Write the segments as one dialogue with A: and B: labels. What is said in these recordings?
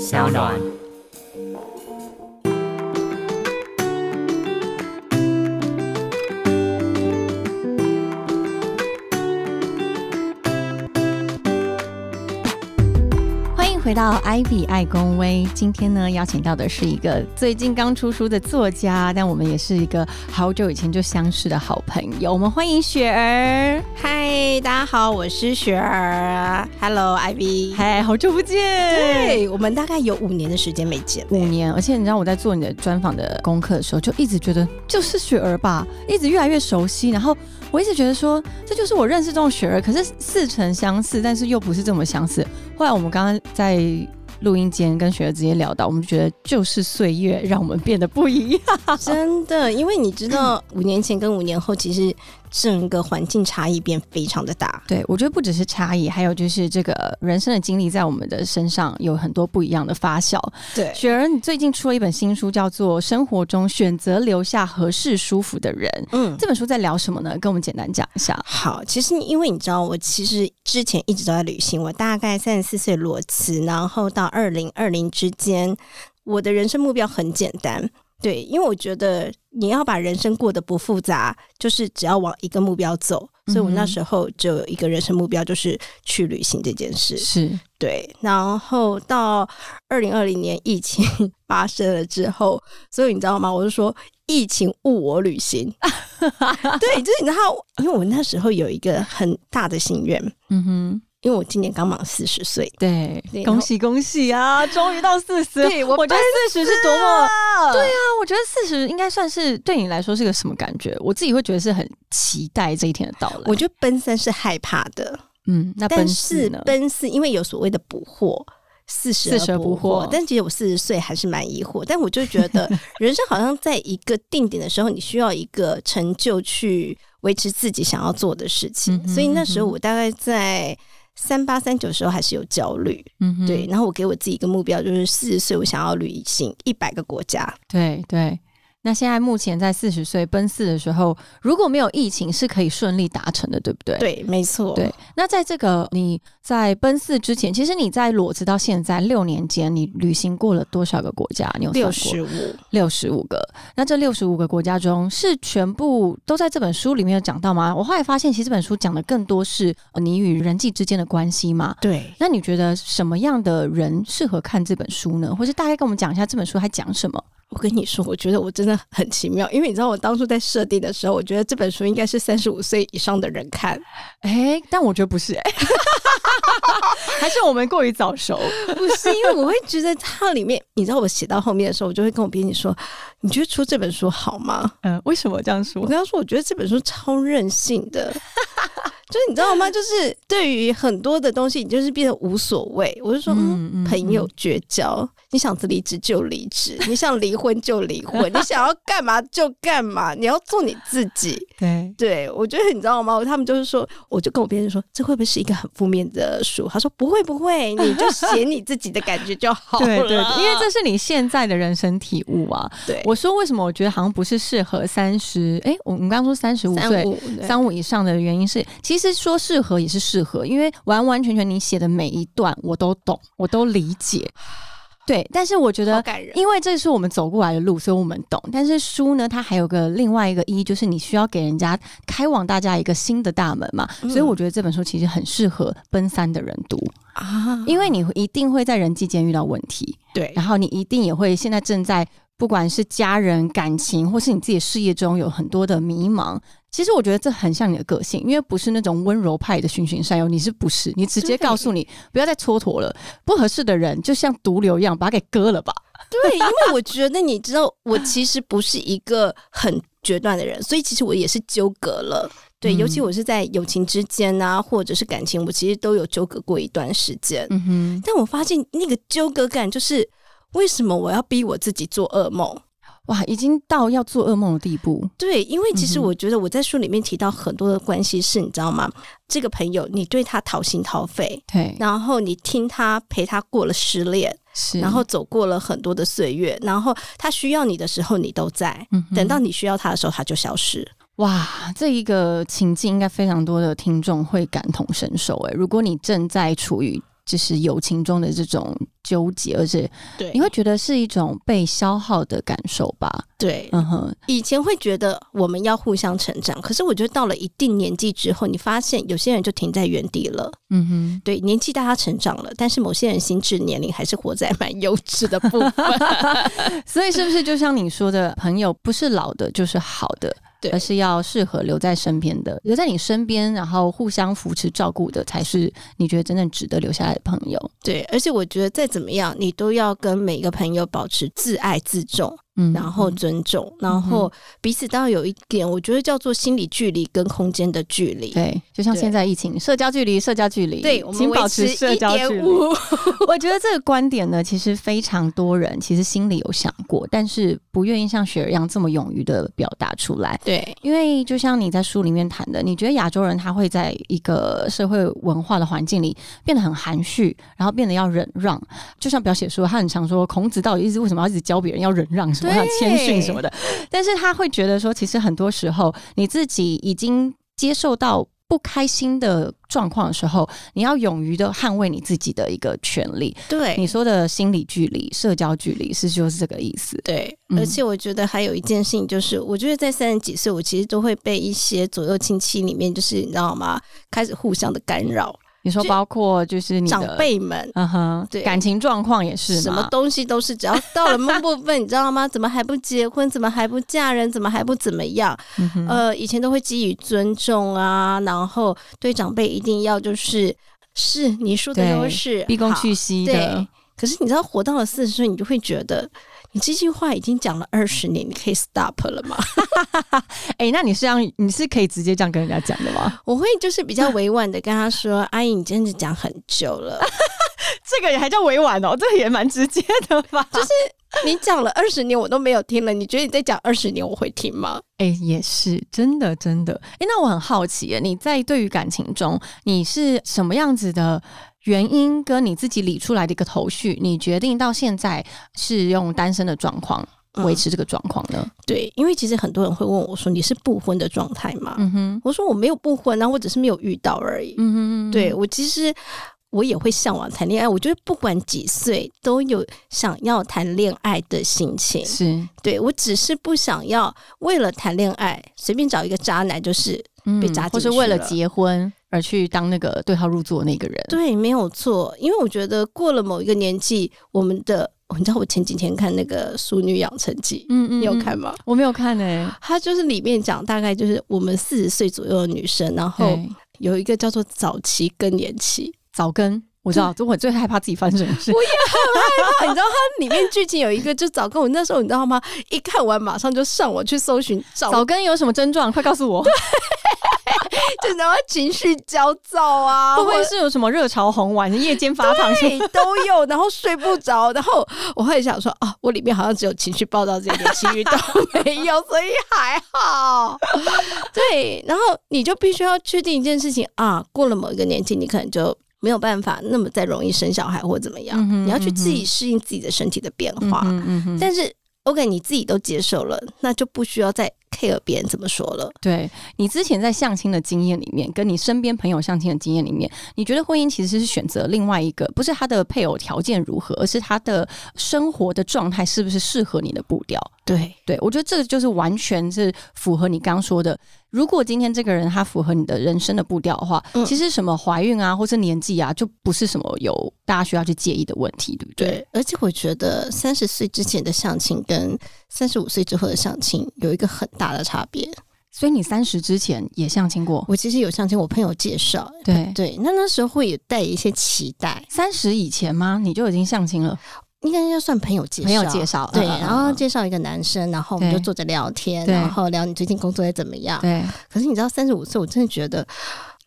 A: 小暖。
B: 欢迎回到 Ivy 爱公微。今天呢，邀请到的是一个最近刚出书的作家，但我们也是一个好久以前就相识的好朋友。我们欢迎雪儿，
C: 嗨，大家好，我是雪儿，Hello 啊 Ivy。
B: 嗨，好久不见。
C: 对，我们大概有五年的时间没见。
B: 五年，而且你知道我在做你的专访的功课的时候，就一直觉得就是雪儿吧，一直越来越熟悉。然后我一直觉得说这就是我认识中的雪儿，可是似曾相似，但是又不是这么相似。后来我们刚刚在录音间跟雪儿直接聊到，我们就觉得就是岁月让我们变得不一样。
C: 啊真的，因为你知道，五年前跟五年后，其实整个环境差异变非常的大。
B: 对，我觉得不只是差异，还有就是这个人生的经历在我们的身上有很多不一样的发酵。
C: 对
B: 雪儿，你最近出了一本新书，叫做《生活中选择留下合适舒服的人》。
C: 嗯，
B: 这本书在聊什么呢？跟我们简单讲一下。
C: 好，其实因为你知道，我其实之前一直都在旅行，我大概三十四岁裸辞，然后到二零二零之间，我的人生目标很简单。对，因为我觉得你要把人生过得不复杂，就是只要往一个目标走。所以我那时候只有一个人生目标，就是去旅行这件事。
B: 是，
C: 对，然后到二零二零年疫情 发生了之后，所以你知道吗？我就说疫情误我 旅行。对，就是你知道，因为我那时候有一个很大的心愿，
B: 嗯哼，
C: 因为我今年刚满四十岁。
B: 对，
C: 对
B: 恭喜恭喜啊！终于到四十，
C: 对我
B: 我觉得四十是多么……对
C: 对
B: 啊，我觉得四十应该算是对你来说是个什么感觉？我自己会觉得是很期待这一天的到来。
C: 我觉得奔三是害怕的，
B: 嗯，那
C: 但
B: 奔
C: 是
B: 四呢？
C: 奔四因为有所谓的补货。四十
B: 40而不
C: 不
B: 惑
C: 惑，但其实我四十岁还是蛮疑惑，但我就觉得人生好像在一个定点的时候，你需要一个成就去维持自己想要做的事情，
B: 嗯哼
C: 所以那时候我大概在三八三九时候还是有焦虑，
B: 嗯哼，
C: 对，然后我给我自己一个目标，就是四十岁我想要旅行一百个国家，
B: 对对。那现在目前在四十岁奔四的时候，如果没有疫情，是可以顺利达成的，对不对？
C: 对，没错，
B: 对。那在这个你在奔四之前，其实你在裸辞到现在六年间，你旅行过了多少个国家？你有
C: 六十五，
B: 六十五个。那这六十五个国家中，是全部都在这本书里面有讲到吗？我后来发现，其实这本书讲的更多是呃你与人际之间的关系嘛。
C: 对，
B: 那你觉得什么样的人适合看这本书呢？或是大概跟我们讲一下这本书还讲什么？
C: 我跟你说，我觉得我真的很奇妙，因为你知道我当初在设定的时候，我觉得这本书应该是三十五岁以上的人看，
B: 哎、但我觉得不 是、哎，还是我们过于早熟。
C: 不是因为我会觉得它里面，你知道我写到后面的时候，我就会跟我编辑说，你觉得出这本书好吗？
B: 嗯、为什么这样
C: 我
B: 说？
C: 跟他说，我觉得这本书超任性的。 就是你知道吗？就是对于很多的东西，你就是变得无所谓。我就说，嗯，
B: 嗯
C: 朋友绝交，你想离职就离职，你想离婚就离婚，你想要干嘛就干嘛，你要做你自己。
B: 对，
C: 对，我觉得你知道吗？他们就是说，我就跟我编辑说，这会不会是一个很负面的书？他说不会不会，你就写你自己的感觉就好了。
B: 对对，对因为这是你现在的人生体悟啊。
C: 对
B: 我说为什么我觉得好像不是适合三十？哎，我我们刚刚说三十五岁，
C: 五
B: 三五以上的原因是，其实说适合也是适合，因为完完全全你写的每一段我都懂，我都理 解。对，但是我觉
C: 好
B: 得，
C: 感人。
B: 因为这是我们走过来的路，所以我们懂。但是书呢，它还有个另外一个一，就是你需要给人家开往大家一个新的大门嘛。
C: 嗯
B: 所以我觉得这本书其实很适合奔三的人读，
C: 啊，
B: 因为你一定会在人际间遇到问题。
C: 对
B: 然后你一定也会现在正在不管是家人、感情，或是你自己的事业中有很多的迷茫。其实我觉得这很像你的个性，因为不是那种温柔派的循循善诱，你是不是？你直接
C: 对
B: 告诉你不要再蹉跎了，不合适的人就像毒瘤一样把它给割了吧。
C: 对，因为我觉得你知道，我其实不是一个很决断的人，所以其实我也是纠葛了。对，尤
B: 嗯
C: 其我是在友情之间啊，或者是感情，我其实都有纠葛过一段时间。
B: 嗯哼，
C: 但我发现那个纠葛感，就是为什么我要逼我自己做噩梦？
B: 哇，已经到要做噩梦的地步。
C: 对，因为其实
B: 嗯哼
C: 我觉得我在书里面提到很多的关系是，你知道吗？这个朋友，你对他掏心掏肺，
B: 对，
C: 然后你听他陪他过了失恋，
B: 是，
C: 然后走过了很多的岁月，然后他需要你的时候你都在，
B: 嗯哼
C: 等到你需要他的时候他就消失。
B: 哇，这一欸个情境应该非常多的听众会感同身受诶，如果你正在处于就是友情中的这种纠结，而且
C: 对，
B: 你会觉得是一种被消耗的感受吧？
C: 对，
B: 嗯哼，
C: 以前会觉得我们要互相成长，可是我觉得到了一定年纪之后，你发现有些人就停在原地了。
B: 嗯哼，
C: 对，年纪大他成长了，但是某些人心智年龄还是活在蛮 幼稚的部分。
B: 所以是不是就像你说的，朋友不是老的就是好的，
C: 对
B: 而是要适合留在身边的，留在你身边，然后互相扶持照顾的，才是你觉得真正值得留下来的朋友。
C: 对，而且我觉得再怎么样，你都要跟每一个朋友保持自爱自重，
B: 嗯
C: 然后尊重，然后彼此都要有一点，我觉得叫做心理距离跟空间的距离。
B: 对，就像
C: 对
B: 现在疫情，社交距离，社交距离，
C: 对，我们
B: 请
C: 维
B: 保
C: 持
B: 持社
C: 一
B: 交距
C: 点
B: 离。
C: 五。
B: 我觉得这个观点呢，其实非常多人其实心里有想过，但是不愿意像雪儿一样这么勇于的表达出来。
C: 对
B: 因为就像你在书里面谈的，你觉得亚洲人他会在一个社会文化的环境里变得很含蓄，然后变得要忍让。就像表姐说，他很常说孔子到底一直为什么要一直教别人要忍让什么，
C: 对
B: 还有谦逊什么的。但是他会觉得说，其实很多时候你自己已经接受到。不开心的状况的时候，你要勇于的捍卫你自己的一个权利。
C: 对，
B: 你说的心理距离、社交距离是就是这个意思。
C: 对，
B: 嗯
C: 而且我觉得还有一件事情，就是我觉得在三十几岁，我其实都会被一些左右亲戚里面，就是你知道吗，开始互相的干扰，
B: 你说
C: 就
B: 包括就是你的
C: 长辈们。
B: 嗯哼，
C: 对
B: 感情状况也是
C: 什么
B: 嘛
C: 东西都是，只要到了某部分，你知道吗？怎么还不结婚？怎么还不嫁人？怎么还不怎么样？
B: 嗯哼
C: 呃，以前都会基于尊重啊，然后对长辈一定要就是是你说的
B: 对
C: 都是
B: 毕恭
C: 好
B: 去兮的
C: 对，，可是你知道，活到了四十岁，你就会觉得，你这句话已经讲了二十年，你可以 stop 了 吗？
B: 哎、那你是这样，你是可以直接这样跟人家讲的吗？
C: 我会就是比较委婉的跟他说：“阿姨，你真的讲很久了，
B: 这个也还叫委婉哦，这个也蛮直接的吧？ 就是
C: 你讲了二十年，我都没有听了。你觉得你再讲二十年，我会 听吗
B: 哎、也是真的，真的。哎、那我很好奇耶，你在对于感情中，你是什么样子的原因，跟你自己理出来的一个头绪，你决定到现在是用单身的状况？
C: 嗯
B: 维持这个状况呢？？”
C: 对，因为其实很多人会问我说：“你是不婚的状态吗？”
B: 嗯哼，
C: 我说：“我没有不婚啊，我只是没有遇到而已。
B: 嗯哼，
C: 对我其实。我也会向往谈恋爱，我觉得不管几岁都有想要谈恋爱的心情。
B: 是
C: 对我只是不想要为了谈恋爱随便找一个渣男，就是
B: 嗯
C: 被扎
B: 或
C: 进
B: 是
C: 去
B: 为了
C: 了
B: 结婚而去当那个对号入座的那个人。
C: 对，没有错，因为我觉得过了某一个年纪，我们的，你知道，我前几天看那个《淑女养成记》，
B: 嗯嗯
C: 你有
B: 嗯
C: 看吗？
B: 我没有看哎、
C: 它就是里面讲，大概就是我们四十岁左右的女生，然后
B: 对
C: 有一个叫做早期更年
B: 哦
C: 期。
B: 早更，我知道，这我最害怕自己发生什么事。
C: 啊你知道它里面剧情有一个，就早跟我那时候你知道吗？一看完马上就上网去搜寻早，
B: 早更有什么症状？快告诉我，
C: 就然后情绪焦躁 啊，
B: 会不
C: 或
B: 会
C: 者
B: 是有什么热潮红丸、夜间发烫？
C: 对，都有，然后睡不着，然后我会想说，啊，我里面好像只有情绪报道这一点，其余都没有，所以还好。对，然后你就必须要确定一件事情啊，过了某一个年纪，你可能就没有办法那么再容易生小孩或怎么样，
B: 嗯哼
C: 你要去自己适应自己的身体的变化。
B: 嗯嗯嗯
C: 但是 OK，你自己都接受了，那就不需要再 care 别人怎么说了。
B: 对你之前在相亲的经验里面，跟你身边朋友相亲的经验里面，你觉得婚姻其实是选择另外一个，不是他的配偶条件如何，而是他的生活的状态是不是适合你的步调？
C: 对，
B: 对，我觉得这个就是完全是符合你刚刚说的。如果今天这个人他符合你的人生的步调的话，
C: 嗯
B: 其实什么怀孕啊，或是年纪啊，就不是什么有大家需要去介意的问题，对不对？
C: 对，而且我觉得三十岁之前的相亲跟三十五岁之后的相亲有一个很大的差别。
B: 所以你三十之前也相亲过，
C: 我其实有相亲，我朋友介绍，
B: 对，
C: 对，那那时候会有带一些期待，
B: 三十以前吗？你就已经相亲了？
C: 应该要算朋友介绍，
B: 朋友介绍嗯
C: 对，
B: 嗯嗯
C: 然后介绍一个男生，然后我们
B: 对
C: 就坐着聊天，
B: 对
C: 然后聊你最近工作也怎么样。
B: 对，，
C: 可是你知道，三十五岁，我真的觉得。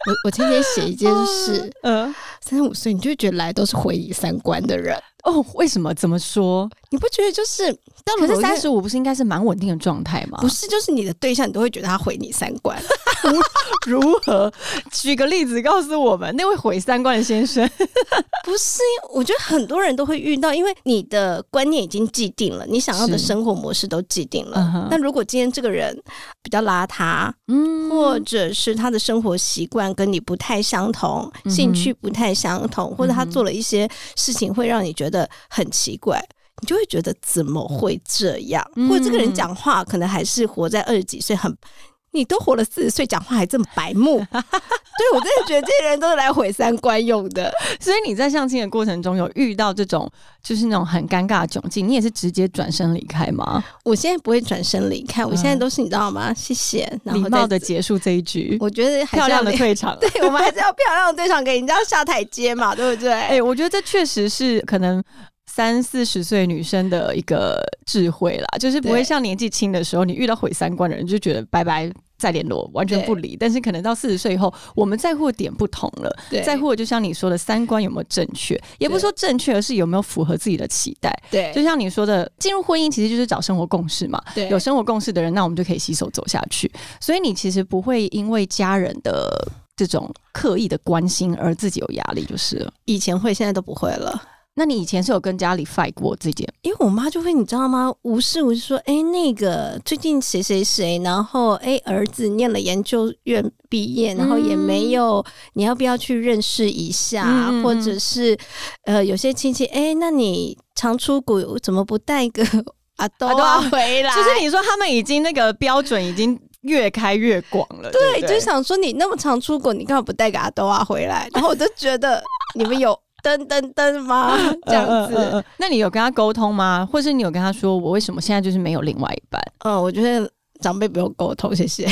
C: 我我今天写一件事
B: 呃，
C: 三十五岁，你就会觉得来都是毁你三观的人，
B: 哦，为什么？怎么说？
C: 你不觉得就是到了
B: 可
C: 某
B: 是
C: 一个
B: 三十五不是应该是蛮稳定的状态吗？
C: 不是，就是你的对象，你都会觉得他毁你三观。
B: 如何？举个例子告诉我们，那位毁三观的先生，
C: 不是，我觉得很多人都会遇到，因为你的观念已经既定了，你想要的
B: 是
C: 生活模式都既定
B: 嗯
C: 了
B: 哼。
C: 那、如果今天这个人比较邋遢，
B: 嗯
C: 或者是他的生活习惯跟你不太相同，
B: 嗯哼嗯
C: 兴趣不太相同，或者他做了一些事情会让你觉得很奇怪。你就会觉得怎么会这样？
B: 嗯
C: 或者这个人讲话可能还是活在二十几岁，很你都活了四十岁，讲话还这么白 目。对我真的觉得这些人都是来毁三观用的。
B: 所以你在相亲的过程中有遇到这种就是那种很尴尬的窘境，你也是直接转身离开吗？
C: 我现在不会转身离开，我现在都是你知道吗？谢谢，
B: 嗯
C: 然
B: 礼
C: 后
B: 貌
C: 再
B: 的
C: 走，
B: 结束这一局，
C: 我觉得还
B: 漂
C: 是要
B: 亮的退场。
C: 对，我们还是要漂亮的对象给人家下台阶嘛，对不 对？
B: 哎、我觉得这确实是可能三四十岁女生的一个智慧啦，就是不会
C: 对
B: 像年纪轻的时候，你遇到毁三观的人就觉得拜拜。再联络完全不理，但是可能到四十岁以后，我们在乎的点不同了，
C: 对
B: 在乎的就像你说的三观有没有正确，也不是说正确，而是有没有符合自己的期待。
C: 对
B: 就像你说的，进入婚姻其实就是找生活共识嘛。
C: 对
B: 有生活共识的人，那我们就可以携手走下去。所以你其实不会因为家人的这种刻意的关心而自己有压力，就是了。
C: 以前会，现在都不会了。
B: 那你以前是有跟家里 fight 过这件？
C: 因为我妈就会，你知道吗？无事无事说，哎，那个最近谁谁谁，然后哎，儿子念了研究院毕业，然后也没有，你要不要去认识一下？
B: 嗯嗯嗯嗯
C: 或者是呃，有些亲戚，哎，那你常出国，怎么不带一个阿豆
B: 阿豆啊
C: 啊回来？
B: 就是你说他们已经那个标准已经越开越广了，对 不
C: 对，就
B: 对，
C: 想说你那么常出国，你干嘛不带个阿豆啊回来？然后我就觉得 你们有噔噔噔 吗？这样
B: 嗯嗯
C: 子，
B: 嗯嗯那你有跟他沟通吗？或是你有跟他说我为什么现在就是没有另外一半？
C: 嗯，我觉得长辈不用沟通，谢谢。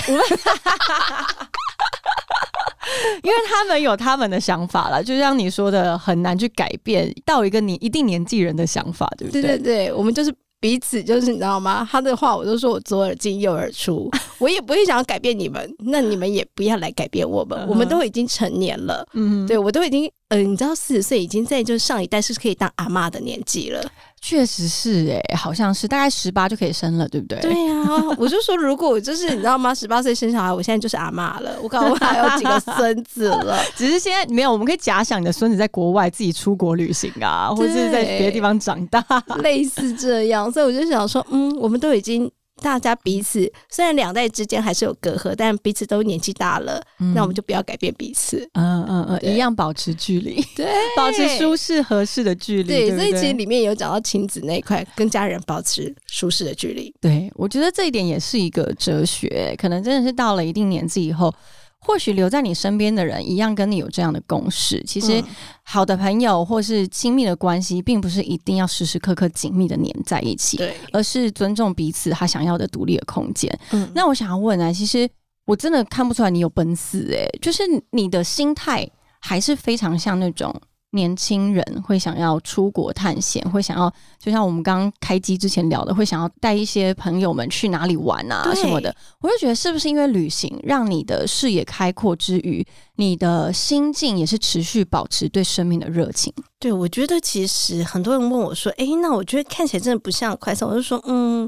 B: 因为他们有他们的想法啦，就像你说的，很难去改变到一个你一定年纪人的想法，对不
C: 对
B: 对
C: 对对，我们就是彼此，就是你知道吗？他的话我都说我左耳进右耳 出，我也不会想要改变你们，那你们也不要来改变我们
B: 嗯，哼
C: 我们都已经成年了。
B: 嗯，
C: 对，我都已经，嗯、呃，你知道，四十岁已经在就是上一代是可以当阿嬷的年纪了。
B: 确实是哎、好像是大概十八就可以生了，对不对？
C: 对呀、我就说，如果我就是你知道吗？十八岁生小孩，我现在就是阿嬷了，我搞不好还有几个孙子 了。
B: 只是现在没有，我们可以假想你的孙子在国外自己出国旅行啊，或者是在别的地方长大。
C: 类似这样，所以我就想说，嗯，我们都已经大家彼此虽然两代之间还是有隔阂，但彼此都年纪大了，
B: 嗯
C: 那我们就不要改变彼此。
B: 嗯嗯嗯，
C: 对
B: 一样保持距离，
C: 对，
B: 保持舒适合适的距离。
C: 对，
B: 对不
C: 所
B: 对，
C: 以其实里面有讲到亲子那一块，跟家人保持舒适的距离。
B: 对我觉得这一点也是一个哲学，欸可能真的是到了一定年纪以后。或许留在你身边的人一样跟你有这样的共识。其实
C: 嗯，
B: 好的朋友或是亲密的关系，并不是一定要时时刻刻紧密的黏在一起，
C: 对，
B: 而是尊重彼此他想要的独立的空间。
C: 嗯，
B: 那我想要问啊，其实我真的看不出来你有奔四哎、就是你的心态还是非常像那种年轻人会想要出国探险，会想要就像我们刚刚开机之前聊的，会想要带一些朋友们去哪里玩啊
C: 对
B: 什么的。我就觉得是不是因为旅行让你的视野开阔之余，你的心境也是持续保持对生命的热情？
C: 对我觉得其实很多人问我说，诶，那我觉得看起来真的不像快送，我就说，嗯，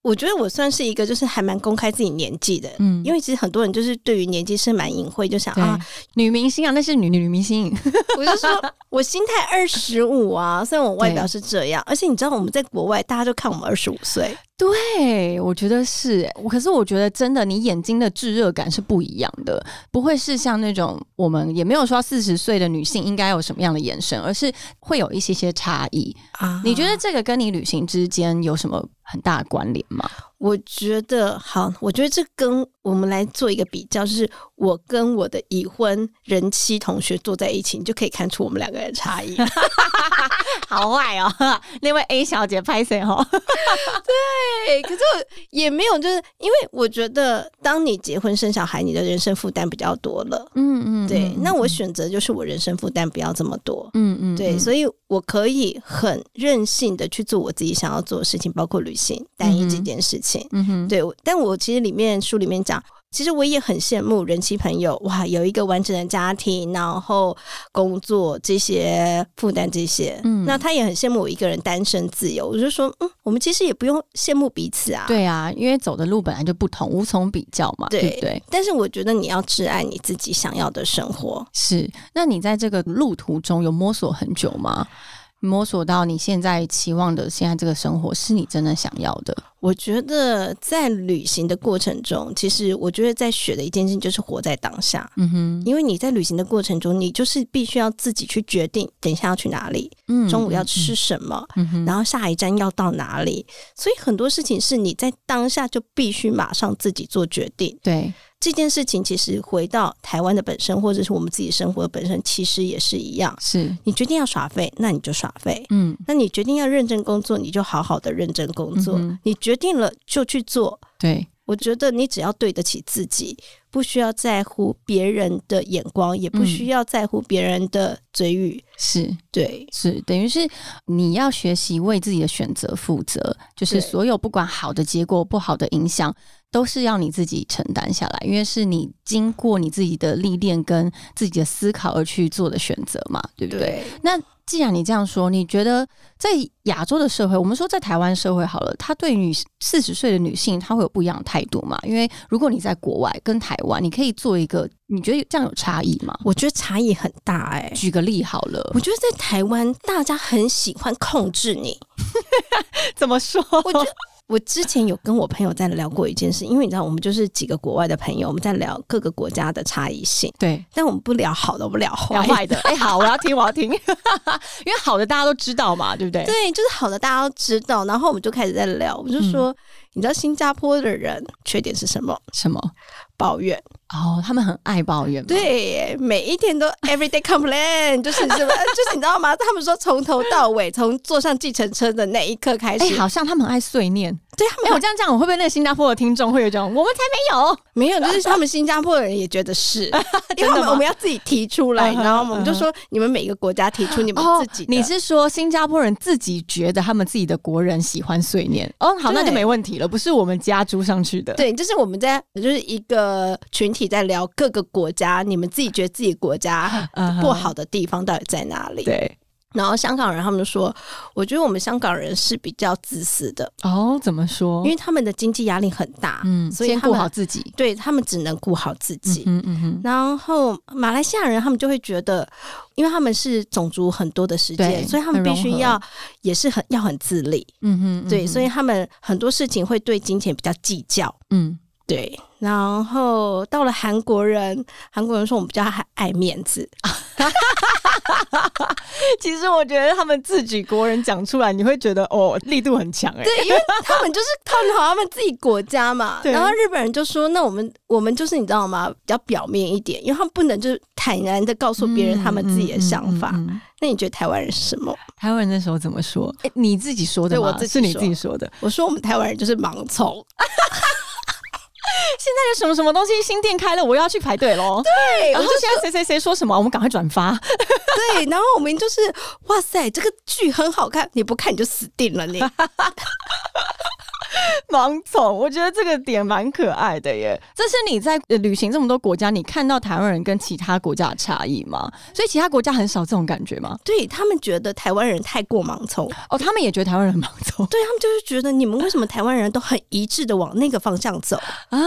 C: 我觉得我算是一个就是还蛮公开自己年纪的。
B: 嗯
C: 因为其实很多人就是对于年纪是蛮隐晦，就想
B: 对、
C: 啊，
B: 女明星啊，那是女女女明星，
C: 我就 说我心态二十五啊，虽然我外表是这样，而且你知道我们在国外，大家就看我们二十五岁，
B: 对，我觉得是欸我，可是我觉得真的，你眼睛的炙热感是不一样的，不会是像那种我们也没有说四十岁的女性应该有什么样的眼神，而是会有一些些差异。
C: 啊
B: 你觉得？这个跟你旅行之间有什么很大的关联吗？
C: 我觉得好，我觉得这跟我们来做一个比较，就是我跟我的已婚人妻同学坐在一起，你就可以看出我们两个人的差异。
B: 好坏哦，那位 A 小姐拍谁哦？
C: 对，可是我也没有，就是因为我觉得，当你结婚生小孩，你的人生负担比较多了。
B: 嗯 嗯，
C: 对，
B: 嗯
C: 那我选择就是我人生负担不要这么多。
B: 嗯嗯，
C: 对，
B: 以
C: 所以我可以很任性的去做我自己想要做的事情，包括旅行、单一这件事情。
B: 嗯哼，
C: 对，我但我其实里面书里面讲，其实我也很羡慕人妻朋友，哇，有一个完整的家庭，然后工作这些负担这些，
B: 嗯
C: 那他也很羡慕我一个人单身自由。我就说，嗯，我们其实也不用羡慕彼此啊。，
B: 对啊，因为走的路本来就不同，无从比较嘛，对
C: 对
B: 不对？
C: 但是我觉得你要挚爱你自己想要的生活。
B: 是，那你在这个路途中有摸索很久吗？摸索到你现在期望的现在这个生活是你真的想要的，
C: 我觉得在旅行的过程中，其实我觉得在学的一件事情就是活在当下，
B: 嗯哼，
C: 因为你在旅行的过程中，你就是必须要自己去决定，等一下要去哪里，
B: 嗯
C: 中午要，吃什么，
B: 嗯哼，
C: 然后下一站要到哪里。所以很多事情是你在当下就必须马上自己做决定。
B: 对，
C: 这件事情其实回到台湾的本身，或者是我们自己生活的本身，其实也是一样。
B: 是，
C: 你决定要耍废，那你就耍废；
B: 嗯，
C: 那你决定要认真工作，你就好好的认真工作。
B: 嗯哼
C: 你决定了就去做。
B: 对，
C: 我觉得你只要对得起自己，不需要在乎别人的眼光，也不
B: 嗯
C: 需要在乎别人的嘴语。
B: 是
C: 对，
B: 是，等于是你要学习为自己的选择负责，就是
C: 对
B: 所有不管好的结果、不好的影响，都是要你自己承担下来，因为是你经过你自己的历练跟自己的思考而去做的选择嘛，对不对？
C: 对，
B: 那既然你这样说，你觉得在亚洲的社会，我们说在台湾社会好了，她对女四十岁的女性，她会有不一样的态度嘛？因为如果你在国外跟台湾，你可以做一个，你觉得这样有差异吗？
C: 我觉得差异很大哎、
B: 举个例好了
C: 我，觉得在台湾，大家很喜欢控 制你。
B: 怎么说？
C: 我觉得我之前有跟我朋友在聊过一件事，因为你知道，我们就是几个国外的朋友，我们在聊各个国家的差异性，
B: 对，
C: 但我们不聊好的，我们聊坏
B: 聊
C: 的。
B: 坏的。哎、好，我要听，我 要听，因为好的大家都知道嘛，对不对？
C: 对，就是好的，大家都知道。然后我们就开始在聊，我们就
B: 嗯
C: 说，你知道新加坡的人缺点是什么？
B: 什么？
C: 抱怨。
B: 哦，他们很爱抱怨嘛。
C: 对，每一天都 every day complain，就是 什么，就是你知道吗？他们说从头到尾，从坐上计程车的那一刻开始，
B: 哎、好像他们很爱碎 念。
C: 对他
B: 哎、
C: 们
B: 我这样讲，我会不会那个新加坡的听众会有一种我们才没有？
C: 没有，就是他们新加坡人也觉得是，因 为
B: 真
C: 他
B: 的
C: 们
B: 吗
C: 我们要自己提出来，
B: 嗯哼哦
C: 然后我们就说你们每个国家提出你们自己的。
B: 你是说新加坡人自己觉得他们自己的国人喜欢碎念？哦，好，那就
C: 对
B: 没问题了，不是我们加诸上去的。，
C: 对，就是我们在就是一个群体在聊各个国家，你们自己觉得自己国家
B: 嗯哼
C: 不好的地方到底在哪里？
B: 对。
C: 然后香港人他们说，我觉得我们香港人是比较自私的，
B: 哦，怎么说？
C: 因为他们的经济压力很大，
B: 嗯，
C: 所以
B: 先
C: 他
B: 顾
C: 们
B: 好自己。
C: 对他们只能顾好自己。
B: 嗯嗯哼，
C: 然后马来西亚人他们就会觉得，因为他们是种族很多的世界
B: 对，
C: 所以他们必须
B: 很融合
C: 要也是很要很自立，
B: 嗯哼，嗯
C: 对，
B: 哼
C: 所以他们很多事情会对金钱比较计较，
B: 嗯，
C: 对。然后到了韩国人，韩国人说我们比较爱爱面子，
B: 其实我觉得他们自己国人讲出来，你会觉得哦，力度很强哎、
C: 对，因为他们就是讨好他们自己国家嘛。
B: 对
C: 然后日本人就说，那我们我们就是你知道吗，比较表面一点，因为他们不能就是坦然的告诉别人他们自己的想法。
B: 嗯嗯嗯嗯
C: 那你觉得台湾人是什么？
B: 台湾人那时候怎么说？诶你自己说的
C: 对
B: 吗？
C: 我自己
B: 是你
C: 说
B: 自己说的。
C: 我说我们台湾人就是盲从。
B: 那个什么什么东西新店开了，我要去排队喽。
C: 对，
B: 然
C: 我
B: 后
C: 就
B: 现在谁谁谁说什么，我们赶快转发。
C: 对，然后我们就是哇塞，这个剧很好看，你不看你就死定了你。
B: 盲从，我觉得这个点蛮可爱的耶。这是你在呃旅行这么多国家，你看到台湾人跟其他国家的差异吗？所以其他国家很少这种感觉吗？
C: 对他们觉得台湾人太过盲从，
B: 哦，他们也觉得台湾人很盲从
C: 对他们就是觉得你们为什么台湾人都很一致的往那个方向走，
B: 啊？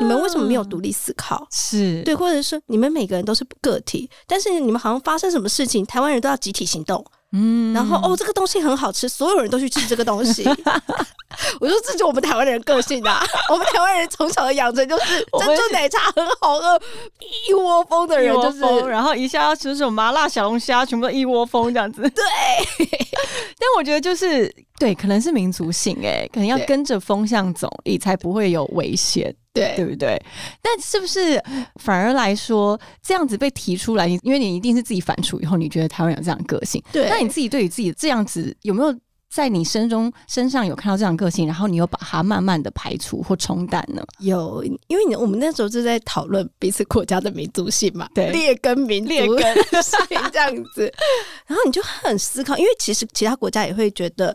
C: 你们为什么没有独立思考？
B: 是
C: 对，或者是你们每个人都是个体，但是你们好像发生什么事情，台湾人都要集体行动。
B: 嗯
C: 然后哦，这个东西很好吃，所有人都去吃这个 东西。我说这就是我们台湾人个性啊，我们台湾人从小的养成就是
B: 我
C: 珍
B: 们
C: 珠奶茶很好喝，一窝蜂的
B: 一
C: 人
B: 窝
C: 就是
B: 蜂，然后一下要吃什么麻辣小龙虾，全部都一窝蜂这样子。 对，但我觉得就是对，可能是民族性哎、可能要
C: 对
B: 跟着风向走，你才不会有危险，对
C: 对
B: 不对？但是不是反而来说，这样子被提出来，你因为你一定是自己反刍以后，你觉得台湾有这样的个性，
C: 对
B: 那你自己对于自己这样子有没有？在你身中身上有看到这样的个性，然后你又把它慢慢的排除或冲淡呢？
C: 有，因为你我们那时候就在讨论彼此国家的民族性嘛，
B: 对
C: 劣根民
B: 劣
C: 族
B: 根
C: 性这样 子，然后你就很思考，因为其实其他国家也会觉得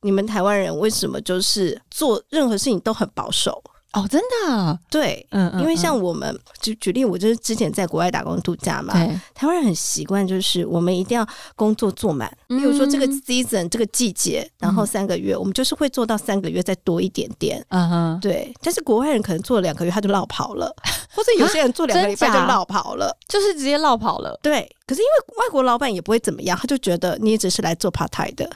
C: 你们台湾人为什么就是做任何事情都很保守，
B: 哦，真的啊，
C: 对，
B: 嗯嗯，
C: 因为
B: 嗯
C: 像我们举举例，我就是之前在国外打工度假嘛，
B: 对，
C: 台湾人很习惯，就是我们一定要工作做满，比如说这个
B: 嗯
C: season 这个季节，然后
B: 嗯
C: 三个月，我们就是会做到三个月再多一点点。
B: 嗯哼，
C: 对，但是国外人可能做了两个月他就落跑了，或者有些人做两个礼拜
B: 啊真
C: 就
B: 假
C: 落跑了。
B: 就是直接落跑了
C: 对，可是因为外国老板也不会怎么样，他就觉得你只是来做 part time 的。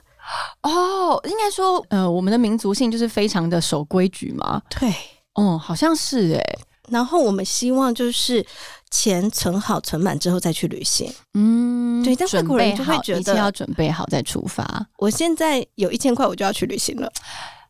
B: 哦。应该说，呃，我们的民族性就是非常的守规矩嘛。
C: 对，
B: 哦，好像是哎，
C: 然后我们希望就是钱存好存满之后再去旅行。
B: 嗯，
C: 对但外
B: 准
C: 国人
B: 备
C: 就会
B: 好一
C: 觉
B: 切
C: 得
B: 要准备好再出发
C: 我现在有一千块，我就要去旅行了。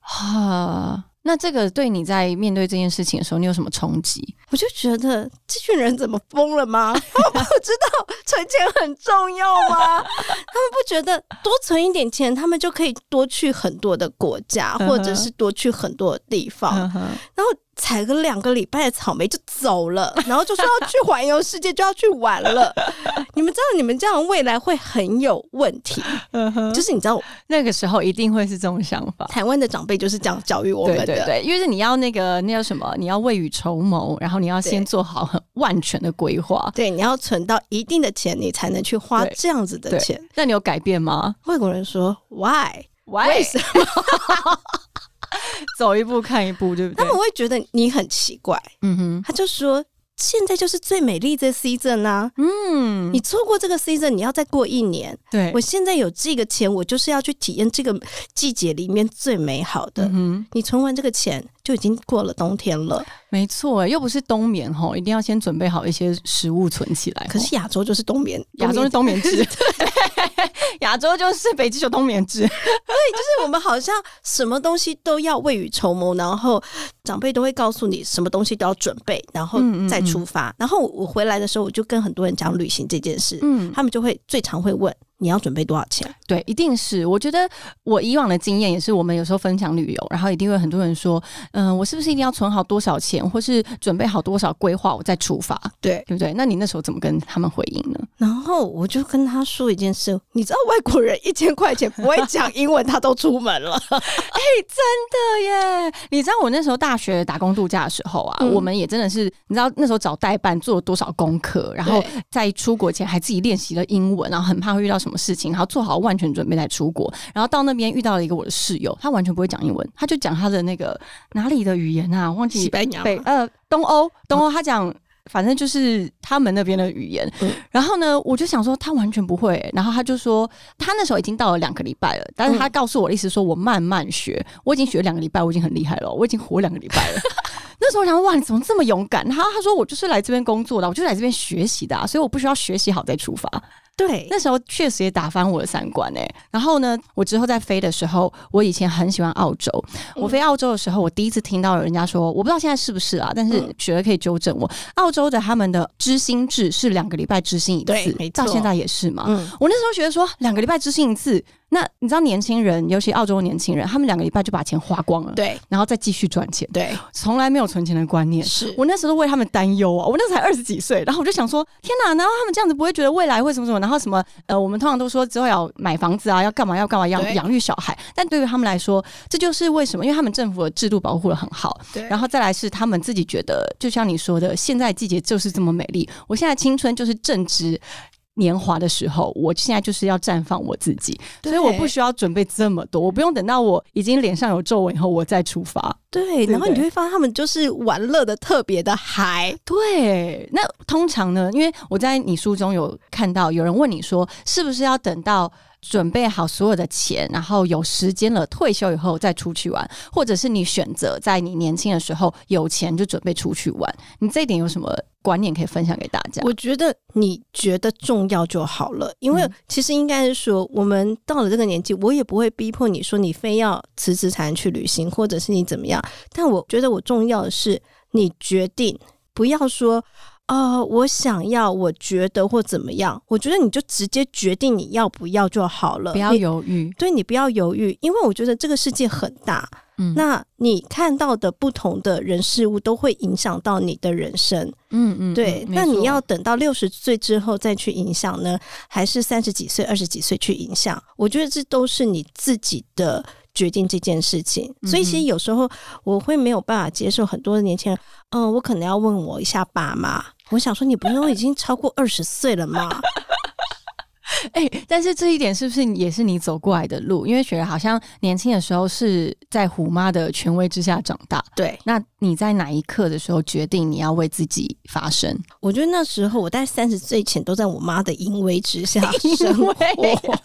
B: 啊。那这个对你在面对这件事情的时候，你有什么冲击？
C: 我就觉得这群人怎么疯了吗？ 他们不知道存钱很重要吗？他们不觉得多存一点钱，他们就可以多去很多的国家，
B: 嗯哼
C: 或者是多去很多地方，
B: 嗯哼
C: 然后采个两个礼拜的草莓就走了， 然后就说要去环游世界，就要去玩了。 你们知道，你们这样未来会很有问题。
B: 嗯
C: 就是你知道，
B: 那个时候一定会是这种想法。
C: 台湾的长辈就是这样教育我们
B: 对对
C: 的。
B: 对，因为是你要那个那叫什么？你要未雨绸缪，然后你要
C: 对
B: 先做好很万全的规划。
C: 对你要存到一定的钱，你才能去花
B: 对
C: 这样子的
B: 对
C: 钱。
B: 那你有改变吗？
C: 外国人说 “why”，
B: 为什么？走一步看一步，对不
C: 他
B: 对
C: 们？会觉得你很奇怪，
B: 嗯哼，
C: 他就说现在就是最美丽的 season 啊。
B: 嗯，
C: 你错过这个 season，你要再过一年。
B: 对
C: 我，现在有这个钱，我就是要去体验这个季节里面最美好的。
B: 嗯哼，
C: 你存完这个钱，就已经过了冬天了。
B: 没错，又不是冬眠吼，一定要先准备好一些食物存起来吼。
C: 可是亚洲就是冬眠，
B: 哎亚洲是冬
C: 冬
B: 眠制，亚洲就是北极熊冬眠制。
C: 眠，就是我们好像什么东西都要未雨绸缪，然后长辈都会告诉你什么东西都要准备，然后
B: 嗯嗯
C: 再
B: 嗯
C: 出发。然后我回来的时候，我就跟很多人讲旅行这件事，
B: 嗯，
C: 他们就会最常会问你要准备多少钱？
B: 对，一定是。我觉得我以往的经验也是，我们有时候分享旅游，然后一定会很多人说，嗯、我是不是一定要存好多少钱，或是准备好多少规划，我再出发，
C: 对，
B: 对不对？那你那时候怎么跟他们回应呢？
C: 然后我就跟他说一件事，你知道外国人一千块钱不会讲英文，他都出门了。
B: 对耶，你知道我那时候大学打工度假的时候啊，
C: 嗯
B: 我们也真的是，你知道那时候找代办做了多少功课，然后
C: 对
B: 在出国前还自己练习了英文，然后很怕会遇到什么事情，然后做好万全准备再出国。然后到那边遇到了一个我的室友，他完全不会讲英文，他就讲他的那个哪里的语言啊，忘记
C: 西班牙
B: 北
C: 嘛
B: 呃东欧，东欧他讲。反正就是他们那边的语言，
C: 嗯
B: 然后呢，我就想说他完全不会、欸然后他就说他那时候已经到了两个礼拜了，但是他告诉我的意思说我慢慢学，我已经学两个礼拜，我已经很厉害了，我已经活两个礼拜了。 那时候我想说哇，你怎么这么勇敢？他他说我就是来这边工作的，我就是来这边学习的、啊，所以我不需要学习好再出发。
C: 对，
B: 那时候确实也打翻我的三观哎、然后呢，我之后在飞的时候，我以前很喜欢澳洲。
C: 嗯
B: 我飞澳洲的时候，我第一次听到有人家说，我不知道现在是不是啊，但是
C: 嗯
B: 雪儿可以纠正我。澳洲的他们的知心制是两个礼拜知心一
C: 对
B: 次，
C: 没错
B: 到现在也是嘛。
C: 嗯，
B: 我那时候觉得说两个礼拜知心一次，那你知道年轻人，尤其澳洲的年轻人，他们两个礼拜就把钱花光了，，
C: 对
B: 然后再继续赚钱，
C: 对
B: 从来没有存钱的观念。
C: 哦是
B: 我那时候都为他们担忧啊，我那时候才二十几岁，然后我就想说，天哪，难道他们这样子不会觉得未来会什么什么？然后什么呃，我们通常都说之后要买房子啊，要干嘛要干嘛，养
C: 对
B: 养育小孩。但对于他们来说，这就是为什么，因为他们政府的制度保护的很好，
C: 对
B: 然后再来是他们自己觉得，就像你说的，现在季节就是这么美丽，我现在青春就是正值。年华的时候，我现在就是要绽放我自己，所以我不需要准备这么多，我不用等到我已经脸上有皱纹以后我再出发。
C: 对，
B: 对
C: 然后你
B: 对
C: 就会发现他们就是玩乐的特别的嗨。
B: 对，那通常呢，因为我在你书中有看到有人问你说，是不是要等到准备好所有的钱，然后有时间了退休以后再出去玩，或者是你选择在你年轻的时候有钱就准备出去玩？你这一点有什么观念可以分享给大家？
C: 我觉得你觉得重要就好了，因为
B: 嗯
C: 其实应该是说，我们到了这个年纪，我也不会逼迫你说你非要辞职才能去旅行，或者是你怎么样。但我觉得我重要的是你决定，不要说。哦，我想要，我觉得或怎么样，我觉得你就直接决定你要不要就好了，
B: 不要
C: 你
B: 犹豫，
C: 对你不要犹豫，因为我觉得这个世界很大，
B: 嗯
C: 那你看到的不同的人事物都会影响到你的人生。
B: 嗯嗯
C: 对，
B: 嗯没
C: 那你
B: 错
C: 要等到六十岁之后再去影响呢，还是三十几岁、二十几岁去影响？我觉得这都是你自己的决定这件事情。
B: 嗯
C: 所以其实有时候我会没有办法接受很多的年轻人，嗯、我可能要问我一下爸妈。我想说，你不是都已经超过二十岁了吗？
B: 哎、但是这一点是不是也是你走过来的路？因为雪儿好像年轻的时候是在虎妈的权威之下长大。
C: 对，
B: 那你在哪一刻的时候决定你要为自己发声？
C: 我觉得那时候我在三十岁前都在我妈的淫威之下生活，
B: 啊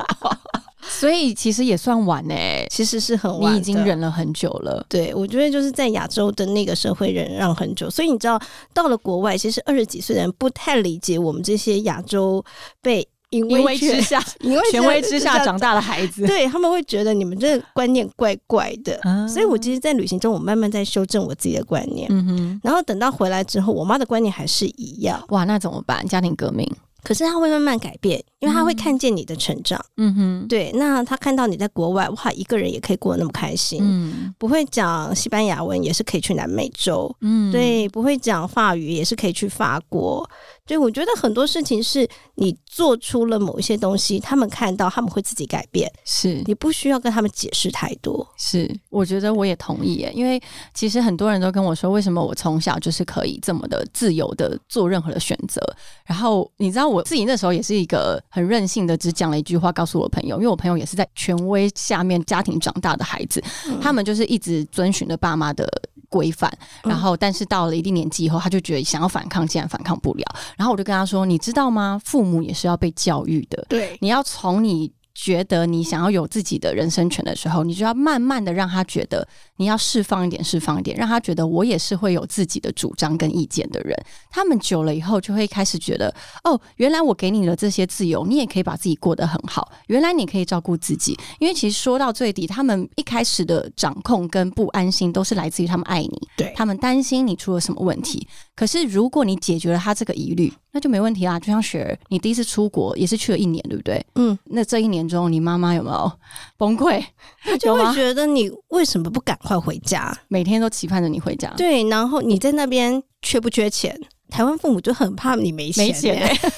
B: 所以其实也算晚哎、
C: 其实是很晚
B: 你
C: 的
B: 已经忍了很久了。
C: 对，我觉得就是在亚洲的那个社会忍让很久，所以你知道，到了国外，其实二十几岁的人不太理解我们这些亚洲被淫
B: 因为
C: 威
B: 之
C: 权、
B: 下，
C: 淫 威
B: 权威之下长大的孩子，
C: 对他们会觉得你们这个观念怪怪的。
B: 啊
C: 所以我其实，在旅行中，我慢慢在修正我自己的观念。
B: 嗯哼，
C: 然后等到回来之后，我妈的观念还是一样，
B: 哇，那怎么办？家庭革命，
C: 可是她会慢慢改变，因为她会
B: 嗯
C: 看见你的成长。
B: 嗯哼，
C: 对，那她看到你在国外，哇，一个人也可以过得那么开心，
B: 嗯
C: 不会讲西班牙文也是可以去南美洲，
B: 嗯，
C: 对，不会讲法语也是可以去法国。对，我觉得很多事情是你做出了某一些东西，他们看到他们会自己改变，
B: 是
C: 你不需要跟他们解释太多。
B: 是，我觉得我也同意耶，因为其实很多人都跟我说，为什么我从小就是可以这么的自由的做任何的选择。然后你知道我自己那时候也是一个很任性的，只讲了一句话告诉我朋友，因为我朋友也是在权威下面家庭长大的孩子，他们就是一直遵循着爸妈的规范，然后但是到了一定年纪以后，他就觉得想要反抗，竟然反抗不了。然后我就跟他说，你知道吗？父母也是要被教育的，
C: 对，
B: 你要从你觉得你想要有自己的人生权的时候，你就要慢慢的让他觉得你要释放一点，释放一点，让他觉得我也是会有自己的主张跟意见的人。他们久了以后，就会开始觉得，哦，原来我给你的这些自由，你也可以把自己过得很好。原来你可以照顾自己，因为其实说到最底，他们一开始的掌控跟不安心，都是来自于他们爱你，
C: 对
B: 他们担心你出了什么问题。可是如果你解决了他这个疑虑，那就没问题啦。就像雪儿，你第一次出国也是去了一年，对不对？
C: 嗯，
B: 那这一年中，你妈妈有没有 崩溃？
C: 他
B: 有
C: 就
B: 吗啊
C: 会觉得你为什么不赶快回家？
B: 每天都期盼着你回家，
C: 对，然后你在那边缺不缺钱？台湾父母就很怕你没钱、
B: 没钱、
C: 欸
B: 欸。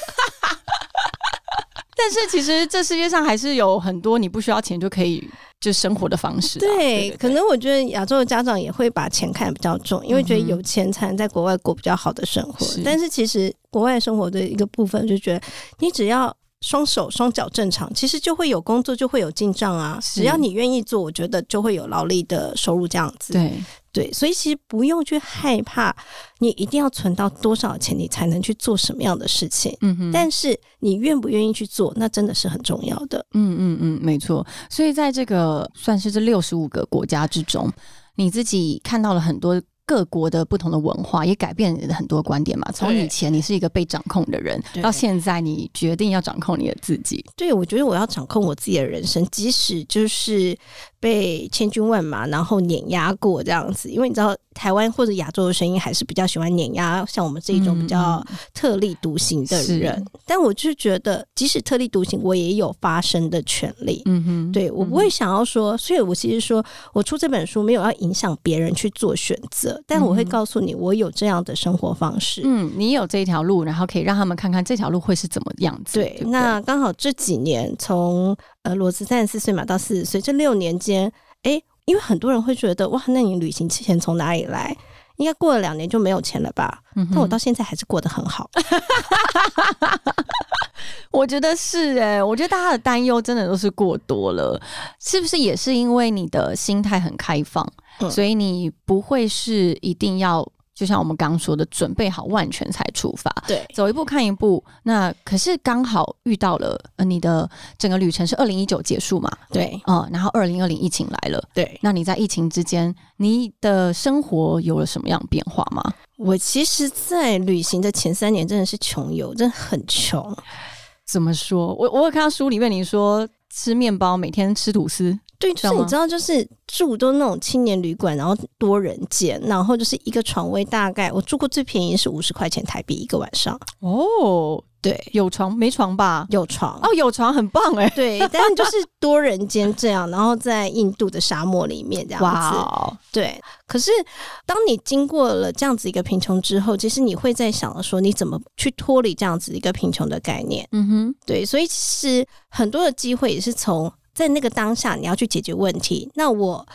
B: 但是其实这世界上还是有很多你不需要钱就可以就生活的方式啊、
C: 对，
B: 对
C: 可能我觉得亚洲的家长也会把钱看得比较重，因为觉得
B: 嗯哼
C: 有钱才能在国外过比较好的生活。
B: 是
C: 但是其实国外生活的一个部分，就觉得你只要双手双脚正常，其实就会有工作，就会有进账啊。
B: 是
C: 只要你愿意做，我觉得就会有劳力的收入这样子。
B: 对
C: 对所以其实不用去害怕，你一定要存到多少钱，你才能去做什么样的事情。
B: 嗯哼。
C: 但是你愿不愿意去做，那真的是很重要的。
B: 嗯嗯嗯，没错。所以在这个算是这六十五个国家之中，你自己看到了很多各国的不同的文化，也改变你的很多观点嘛。从
C: 对
B: 以前你是一个被掌控的人，
C: 对
B: 到现在你决定要掌控你的自己。
C: 对，我觉得我要掌控我自己的人生，即使就是被千军万马然后碾压过这样子，因为你知道台湾或者亚洲的声音还是比较喜欢碾压像我们这一种比较特立独行的
B: 嗯是
C: 人，但我就是觉得，即使特立独行，我也有发声的权利。
B: 嗯哼，
C: 对，我不会想要说，所以我其实说我出这本书没有要影响别人去做选择，但我会
B: 嗯哼
C: 告诉你，我有这样的生活方式。
B: 嗯，你有这一条路，然后可以让他们看看这条路会是怎么样子。
C: 对，
B: 不
C: 那刚好这几年从呃裸辞三十四岁嘛到四十岁这六年间，诶，因为很多人会觉得哇，那你旅行钱从哪里来？应该过了两年就没有钱了吧？
B: 嗯哼啊
C: 但我到现在还是过得很好。
B: 我觉得是哎、我觉得大家的担忧真的都是过多了，是不是也是因为你的心态很开放，
C: 嗯
B: 所以你不会是一定要就像我们刚刚说的，准备好万全才出发，
C: 对
B: 走一步看一步。那可是刚好遇到了、呃、你的整个旅程是二零一九结束嘛，
C: 对
B: 嗯，然后二零二零疫情来了，
C: 对，
B: 那你在疫情之间，你的生活有了什么样的变化吗？
C: 我其实，在旅行的前三年真的是穷游，真的很 穷。
B: 怎么说？我我有看到书里面你说吃面包，每天吃吐司，
C: 对，
B: 知
C: 就
B: 道
C: 是
B: 吗
C: 你知道，就是住都那种青年旅馆，然后多人间，然后就是一个床位，大概我住过最便宜是五十块钱台币一个晚上。
B: 哦，
C: 对，
B: 有床没床吧？
C: 有床
B: 哦，有床很棒哎、
C: 对，但就是多人间这样，然后在印度的沙漠里面这样子。
B: 哦，
C: 对，可是当你经过了这样子一个贫穷之后，其实你会在想说，你怎么去脱离这样子一个贫穷的概念？
B: 嗯哼，
C: 对，所以其实很多的机会也是从在那个当下你要去解决问题。那我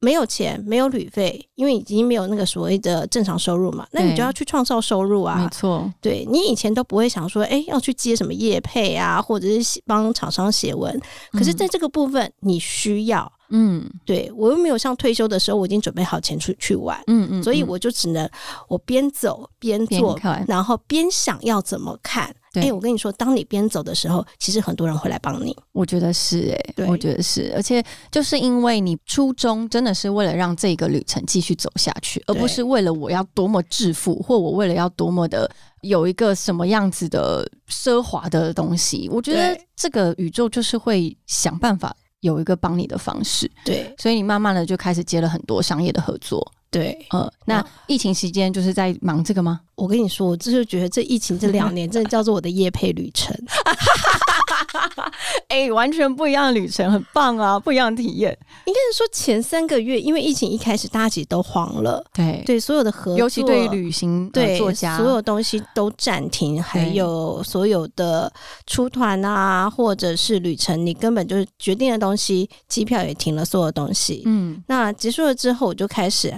C: 没有钱，没有旅费，因为已经没有那个所谓的正常收入嘛，那你
B: 对
C: 就要去创造收入啊
B: 没。错，
C: 对你以前都不会想说，哎，要去接什么业配啊，或者是帮厂商写文。可是，在这个部分，你需要，
B: 嗯
C: 对我又没有像退休的时候，我已经准备好钱出去玩，
B: 嗯嗯，
C: 所以
B: 嗯
C: 我就只能我边走边
B: 边
C: 做，
B: 看
C: 然后边想要怎么看。
B: 对
C: 哎，我跟你说，当你边走的时候，其实很多人会来帮你。
B: 我觉得是哎、
C: 对
B: 我觉得是，而且就是因为你初衷真的是为了让这个旅程继续走下去，而
C: 对
B: 不是为了我要多么致富，或我为了要多么的有一个什么样子的奢华的东西。我觉得
C: 对
B: 这个宇宙就是会想办法有一个帮你的方式，
C: 对
B: 所以你慢慢的就开始接了很多商业的合作。
C: 对，
B: 呃，那疫情期间就是在忙这个 吗？
C: 我跟你说，我就是觉得这疫情这两年，真的叫做我的夜配旅程。
B: 哎、完全不一样的旅程，很棒啊， 不一样的体验。
C: 应该是说前三个月，因为疫情一开始，大家其实都慌了，
B: 对，
C: 对所有的合作，啊
B: 尤其对于旅行、呃、
C: 对
B: 作家，
C: 所有东西都暂停，还有所有的出团啊，或者是旅程，你根本就是决定的东西，机票也停了，所有东西。
B: 嗯。
C: 那结束了之后，我就开始。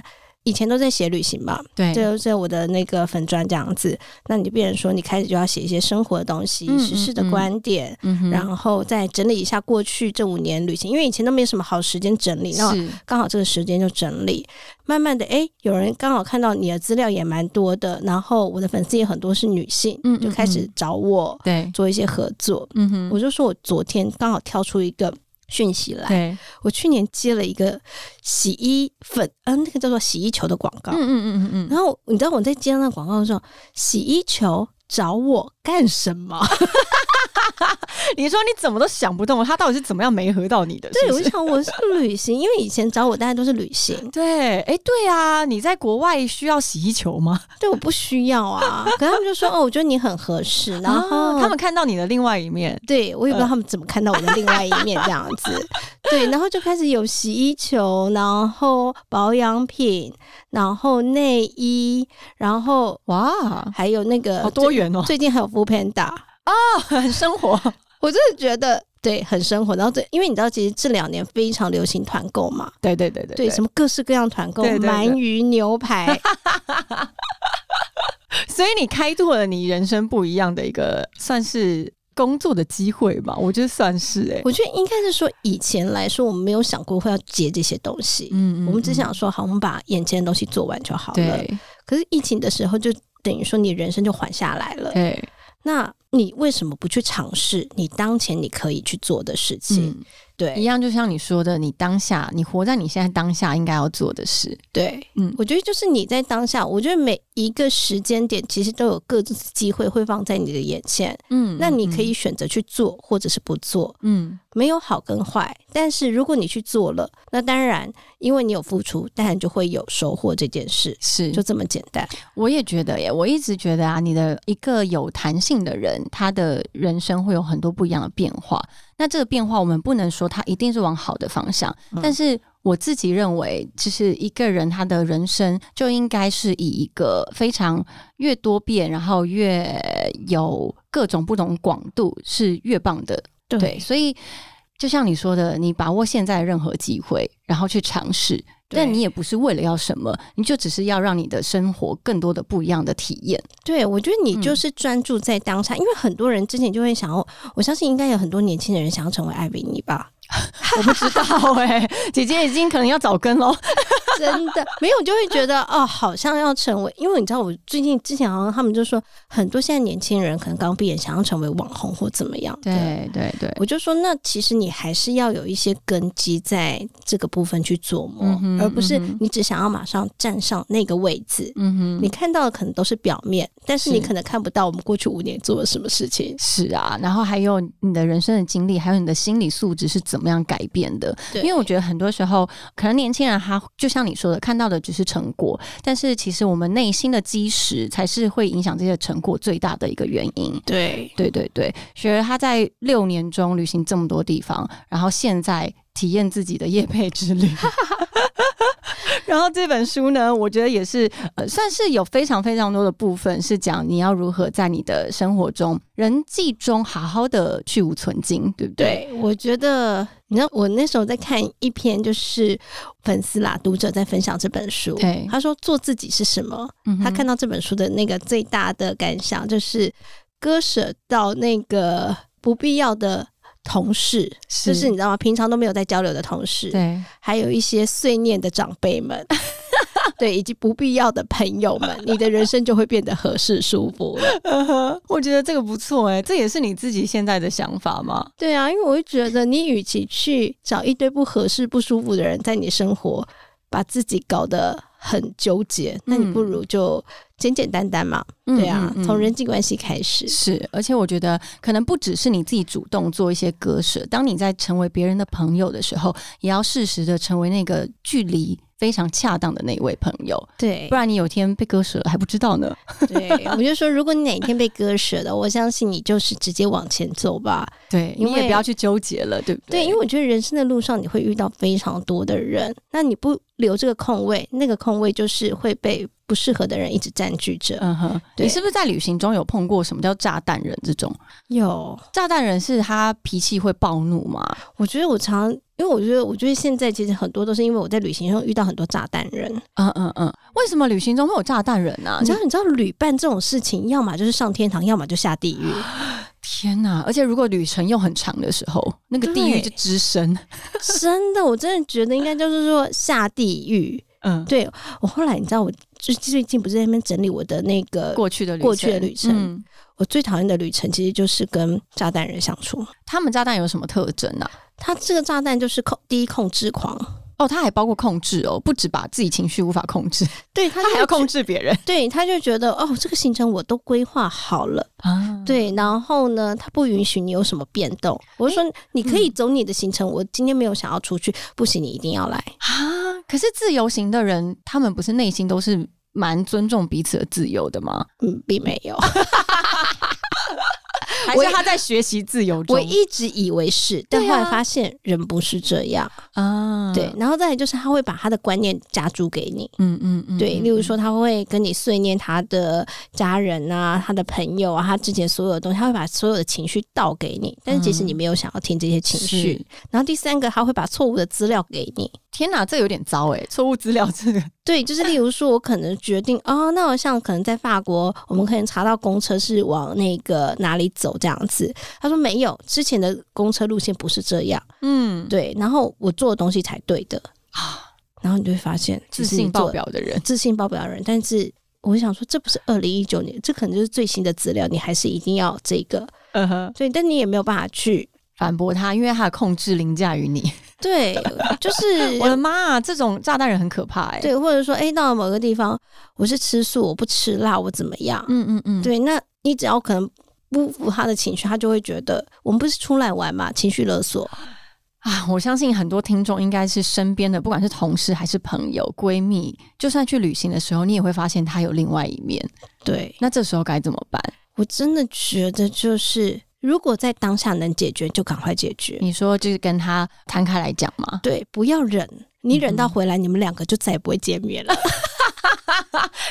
C: 以前都在写旅行嘛，
B: 对，
C: 这就是我的那个粉砖这样子。那你就变成说，你开始就要写一些生活的东西、
B: 嗯
C: 时事的
B: 嗯嗯
C: 观点，
B: 嗯哼，
C: 然后再整理一下过去这五年旅行，因为以前都没有什么好时间整理。那
B: 是
C: 刚好这个时间就整理，慢慢的，哎，有人刚好看到你的资料也蛮多的，然后我的粉丝也很多是女性，
B: 嗯嗯
C: 就开始找我
B: 对，
C: 做一些合作。
B: 嗯哼，
C: 我就说我昨天刚好跳出一个讯息来，
B: 对，
C: 我去年接了一个洗衣粉，嗯、那个叫做洗衣球的广告。
B: 嗯嗯嗯嗯嗯，
C: 然后你知道我在接到那个广告的时候，洗衣球找我干什么？
B: 你说你怎么都想不通，他到底是怎么样没合到你的？
C: 对，
B: 是不
C: 我
B: 是
C: 就想我是旅行，因为以前找我大家都是旅行，
B: 对，哎，对啊，你在国外需要洗衣球吗？
C: 对，我不需要啊。可他们就说，哦，我觉得你很合适，然后
B: 啊他们看到你的另外一面，
C: 对我也
B: 嗯
C: 不知道他们怎么看到我的另外一面这样子，对，然后就开始有洗衣球，然后保养品，然后内衣，然后
B: 哇，
C: 还有那个
B: 好多元哦
C: 最，最近还有 f o o Panda，
B: 很生活，
C: 我真的觉得对很生活。然后对，因为你知道，其实这两年非常流行团购嘛，
B: 对对对对
C: 对，什么各式各样团购，
B: 对对对
C: 鳗鱼、牛排，
B: 所以你开拓了你人生不一样的一个算是工作的机会吧，我觉得算是哎，
C: 我觉得应该是说以前来说，我们没有想过会要接这些东西。
B: 嗯
C: 我们只想说，好，我们把眼前的东西做完就好了。
B: 对
C: 可是疫情的时候，就等于说你人生就缓下来了。
B: 对，
C: 那你为什么不去尝试你当前你可以去做的事情？
B: 嗯，一
C: 对
B: 样就像你说的，你当下，你活在你现在当下应该要做的事，
C: 对，
B: 嗯
C: 我觉得就是你在当下，我觉得每一个时间点其实都有各自的机会会放在你的眼前，
B: 嗯
C: 那你可以，选择去做或者是不做，
B: 嗯，
C: 没有好跟坏。但是如果你去做了，那当然因为你有付出，当然就会有收获这件事。
B: 是，
C: 就这么简单，
B: 我也觉得耶，我一直觉得啊，你的一个有弹性的人，他的人生会有很多不一样的变化。那这个变化，我们不能说他一定是往好的方向，
C: 嗯
B: 但是我自己认为，就是一个人他的人生就应该是以一个非常越多变，然后越有各种不同广度是越棒的。
C: 对
B: 对，所以就像你说的，你把握现在的任何机会，然后去尝试，
C: 对
B: 但你也不是为了要什么，你就只是要让你的生活更多的不一样的体验。
C: 对，我觉得你
B: 嗯
C: 就是专注在当下，因为很多人之前就会想要，我相信应该有很多年轻人想要成为艾维尼 吧，
B: 我不知道哎、姐姐已经可能要早更喽。
C: 真的没有就会觉得哦，好像要成为，因为你知道我最近之前好像他们就说，很多现在年轻人可能刚毕业想要成为网红或怎么样的，
B: 对对对，
C: 我就说那其实你还是要有一些根基在这个部分去琢磨，
B: 嗯哼
C: 而不是
B: 嗯哼
C: 你只想要马上站上那个位置。
B: 嗯哼
C: 你看到的可能都是表面，但是你
B: 是
C: 可能看不到我们过去五年做了什么事情。
B: 是啊，然后还有你的人生的经历，还有你的心理素质是怎么样改变的？
C: 对
B: 因为我觉得很多时候，可能年轻人他就像你说的，看到的只是成果，但是其实我们内心的基石才是会影响这些成果最大的一个原因。
C: 对，
B: 对对对，雪儿她在六年中旅行这么多 地方，然后现在体验自己的夜配之旅，然然后这本书呢，我觉得也是、呃、算是有非常非常多的部分是讲你要如何在你的生活中、人际中好好的去无存精，对不对？
C: 对，我觉得你知道，我那时候在看一篇，就是粉丝啦读者在分享这本书，
B: 对
C: 他说做自己是什么？
B: 嗯哼
C: 他看到这本书的那个最大的感想就是割舍到那个不必要的同事，
B: 是
C: 就是你知道吗？平常都没有在交流的同事，
B: 对
C: 还有一些碎念的长辈们，对，以及不必要的朋友们，你的人生就会变得合适舒服了。
B: 我觉得这个不错哎、这也是你自己现在的想法吗？
C: 对啊，因为我会觉得，你与其去找一堆不合适、不舒服的人在你生活，把自己搞得很纠结，那你不如就简简单单嘛。对啊，
B: 嗯嗯嗯嗯
C: 从人际关系开始。
B: 是，而且我觉得可能不只是你自己主动做一些割舍，当你在成为别人的朋友的时候，也要适时的成为那个距离非常恰当的那一位朋友，
C: 对
B: 不然你有天被割舍了还不知道呢。
C: 对，我就说，如果你哪天被割舍了，我相信你就是直接往前走吧。
B: 对，
C: 因
B: 你也
C: 为
B: 不要去纠结了，对不
C: 对，
B: 对？
C: 因为我觉得人生的路上你会遇到非常多的人，那你不留这个空位，那个空位就是会被不适合的人一直占据着。
B: 嗯哼，
C: 对
B: 你是不是在旅行中有碰过什么叫炸弹人这种？
C: 有，
B: 炸弹人是他脾气会暴怒吗？
C: 我觉得我常，因为我觉得，我觉得现在其实很多都是因为我在旅行中遇到很多炸弹人。
B: 嗯嗯嗯，为什么旅行中会有炸弹人啊？
C: 你知
B: 就
C: 道，你知道旅伴这种事情，要么就是上天堂，要么就下地 狱。
B: 天哪！而且如果旅程又很长的时候，那个地狱
C: 对
B: 就滋深。
C: 真的，我真的觉得应该就是说下地狱。
B: 嗯，
C: 对我后来，你知道，我最最近不是在那边整理我的那个，
B: 呃过去的旅
C: 过去的旅程
B: 嗯
C: 我最讨厌的旅程，其实就是跟炸弹人相处。
B: 他们炸弹有什么特征啊？
C: 他这个炸弹就是控第一控制狂，
B: 哦，他还包括控制哦，不止把自己情绪无法控制，
C: 对他
B: 他还要控
C: 制，
B: 制别人
C: 对他就觉得哦，这个行程我都规划好了，
B: 啊。
C: 对，然后呢，他不允许你有什么变动。我就说你可
B: 嗯
C: 以走你的行程，我今天没有想要出去，不行，你一定要来。
B: 啊，可是自由行的人，他们不是内心都是蛮尊重彼此的自由的吗？
C: 嗯，并没有，
B: 还
C: 我
B: 是他在学习自由中？
C: 我一直以为是，但
B: 对
C: 后
B: 啊
C: 来发现人不是这样。
B: 啊，
C: 对，然后再来就是他会把他的观念加注给你。
B: 嗯，嗯嗯嗯，
C: 对，例如说他会跟你碎念他的家人啊、他的朋友啊、他之前所有的东西，他会把所有的情绪倒给你，但是其实
B: 嗯
C: 你没有想要听这些情绪。
B: 是。
C: 然后第三个，他会把错误的资料给你。
B: 天哪，这有点糟哎，错误资料这个
C: 对，就是例如说，我可能决定哦，那我像可能在法国，我们可能查到公车是往那个哪里走这样子。他说没有，之前的公车路线不是这样。
B: 嗯，
C: 对，然后我做的东西才对的。
B: 啊，
C: 然后你就会发现，
B: 自
C: 其实你
B: 信爆
C: 做
B: 表的人，
C: 自信爆表的人，但是。我想说，这不是二零一九年，这可能就是最新的资料，你还是一定要这个，
B: 嗯哼，
C: 对，但你也没有办法 去，
B: 反驳他，因为他的控制凌驾于你。
C: 对，就是
B: 我的妈啊，这种炸弹人很可怕哎。，
C: 对，或者说，哎，到了某个地方，我是吃素，我不吃辣，我怎么样？
B: 嗯嗯嗯，
C: 对，那你只要可能不服他的情绪，他就会觉得我们不是出来玩嘛，情绪勒索。
B: 啊，我相信很多听众应该是身边的，不管是同事还是朋友、闺蜜，就算去旅行的时候，你也会发现他有另外一面。
C: 对
B: 那这时候该怎么办？
C: 我真的觉得就是，如果在当下能解决，就赶快解决。
B: 你说就是跟他摊开来讲嘛，
C: 对，不要忍，你忍到
B: 嗯
C: 回来，你们两个就再也不会见面了。就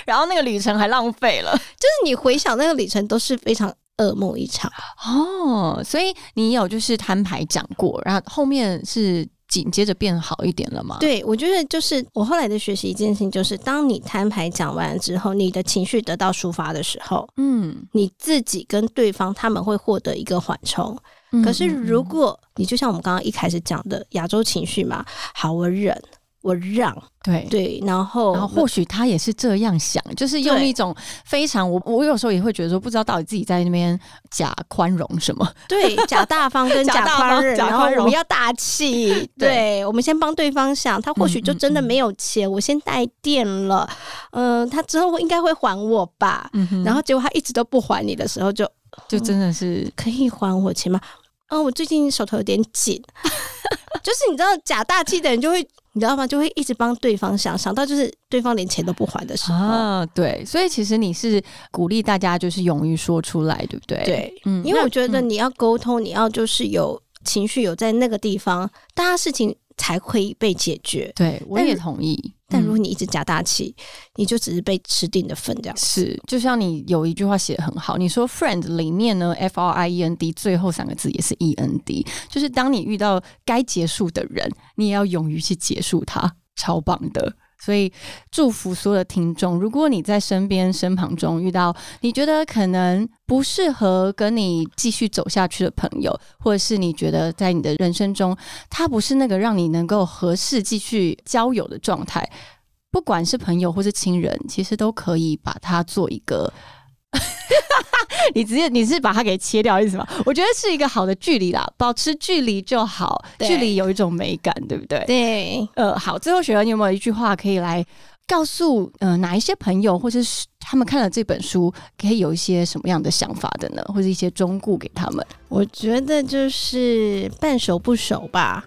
B: 然后那个旅程还浪费了
C: 是你回想那个旅程，都是非常噩梦一场。
B: 哦。所以你有就是摊牌讲过，然后后面是紧接着变好一点了嘛？，
C: 对我觉得就是我后来的学习一件事情，就是当你摊牌讲完之后，你的情绪得到抒发的时候。
B: 嗯。
C: 你自己跟对方，他们会获得一个缓冲，可是
B: 嗯嗯
C: 如果你就像我们刚刚一开始讲的亚洲情绪嘛，好，我忍，我让，
B: 对。
C: 对，然后
B: 然后或许他也是这样想，就是用
C: 对
B: 一种非常我我有时候也会觉得说，不知道到底自己在那边假宽容什么，
C: 对假大方跟
B: 假
C: 假
B: 大
C: 宽
B: 方
C: 容，
B: 假
C: 然后
B: 宽
C: 我
B: 容
C: 们要大气，
B: 对嗯
C: 对，我们先帮对方想，他或许就真的没有钱，我先带电了，嗯、他之后应该会还我吧，
B: 嗯哼
C: 然后结果他一直都不还你的时候就，
B: 就
C: 嗯
B: 真的是
C: 可以还我钱吗？嗯、我最近手头有点紧， 就是你知道假大气的人就会。你知道吗？就会一直帮对方想，想到就是对方连钱都不还的时候，
B: 啊，对，所以其实你是鼓励大家就是勇于说出来，对不对？，
C: 对，
B: 嗯
C: 因为
B: 那
C: 我觉得
B: 嗯
C: 你要沟通，你要就是有情绪有在那个地方，大家事情才可以被解决。
B: 对我
C: 但
B: 也
C: 是
B: 同意。嗯
C: 但如果你一直假大气，你就只是被吃定的份这样。
B: 是，就像你有一句话写的很好，你说 friend 里面呢，f r i e n d 最后三个字也是 e n d，就是当你遇到该结束的人，你也要勇于去结束它，超棒的。所以祝福所有的听众，如果你在身边身旁中遇到你觉得可能不适合跟你继续走下去的朋友，或者是你觉得在你的人生中他不是那个让你能够合适继续交友的状态，不管是朋友或是亲人，其实都可以把它做一个。 你直接你是把它给切掉意思吗？我觉得是一个好的距离啦，保持距离就好，
C: 对
B: 距离有一种美感，对不对？
C: 对，
B: 呃，好，最后雪儿，你有没有一句话可以来告诉呃哪一些朋友，或者是他们看了这本书，可以有一些什么样的想法的呢？或者一些忠告给他们？
C: 我觉得就是半熟不熟吧，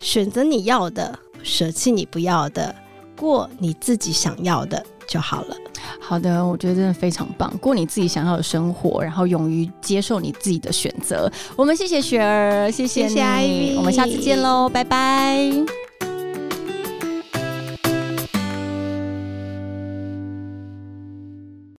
C: 选择你要的，舍弃你不要的，过你自己想要的就好了。
B: 好的，我觉得真的非常棒，过你自己想要的生活，然后勇于接受你自己的选择。我们谢谢雪儿，谢
C: 谢谢
B: 你
C: Ivy
B: 我们下次见喽，拜拜。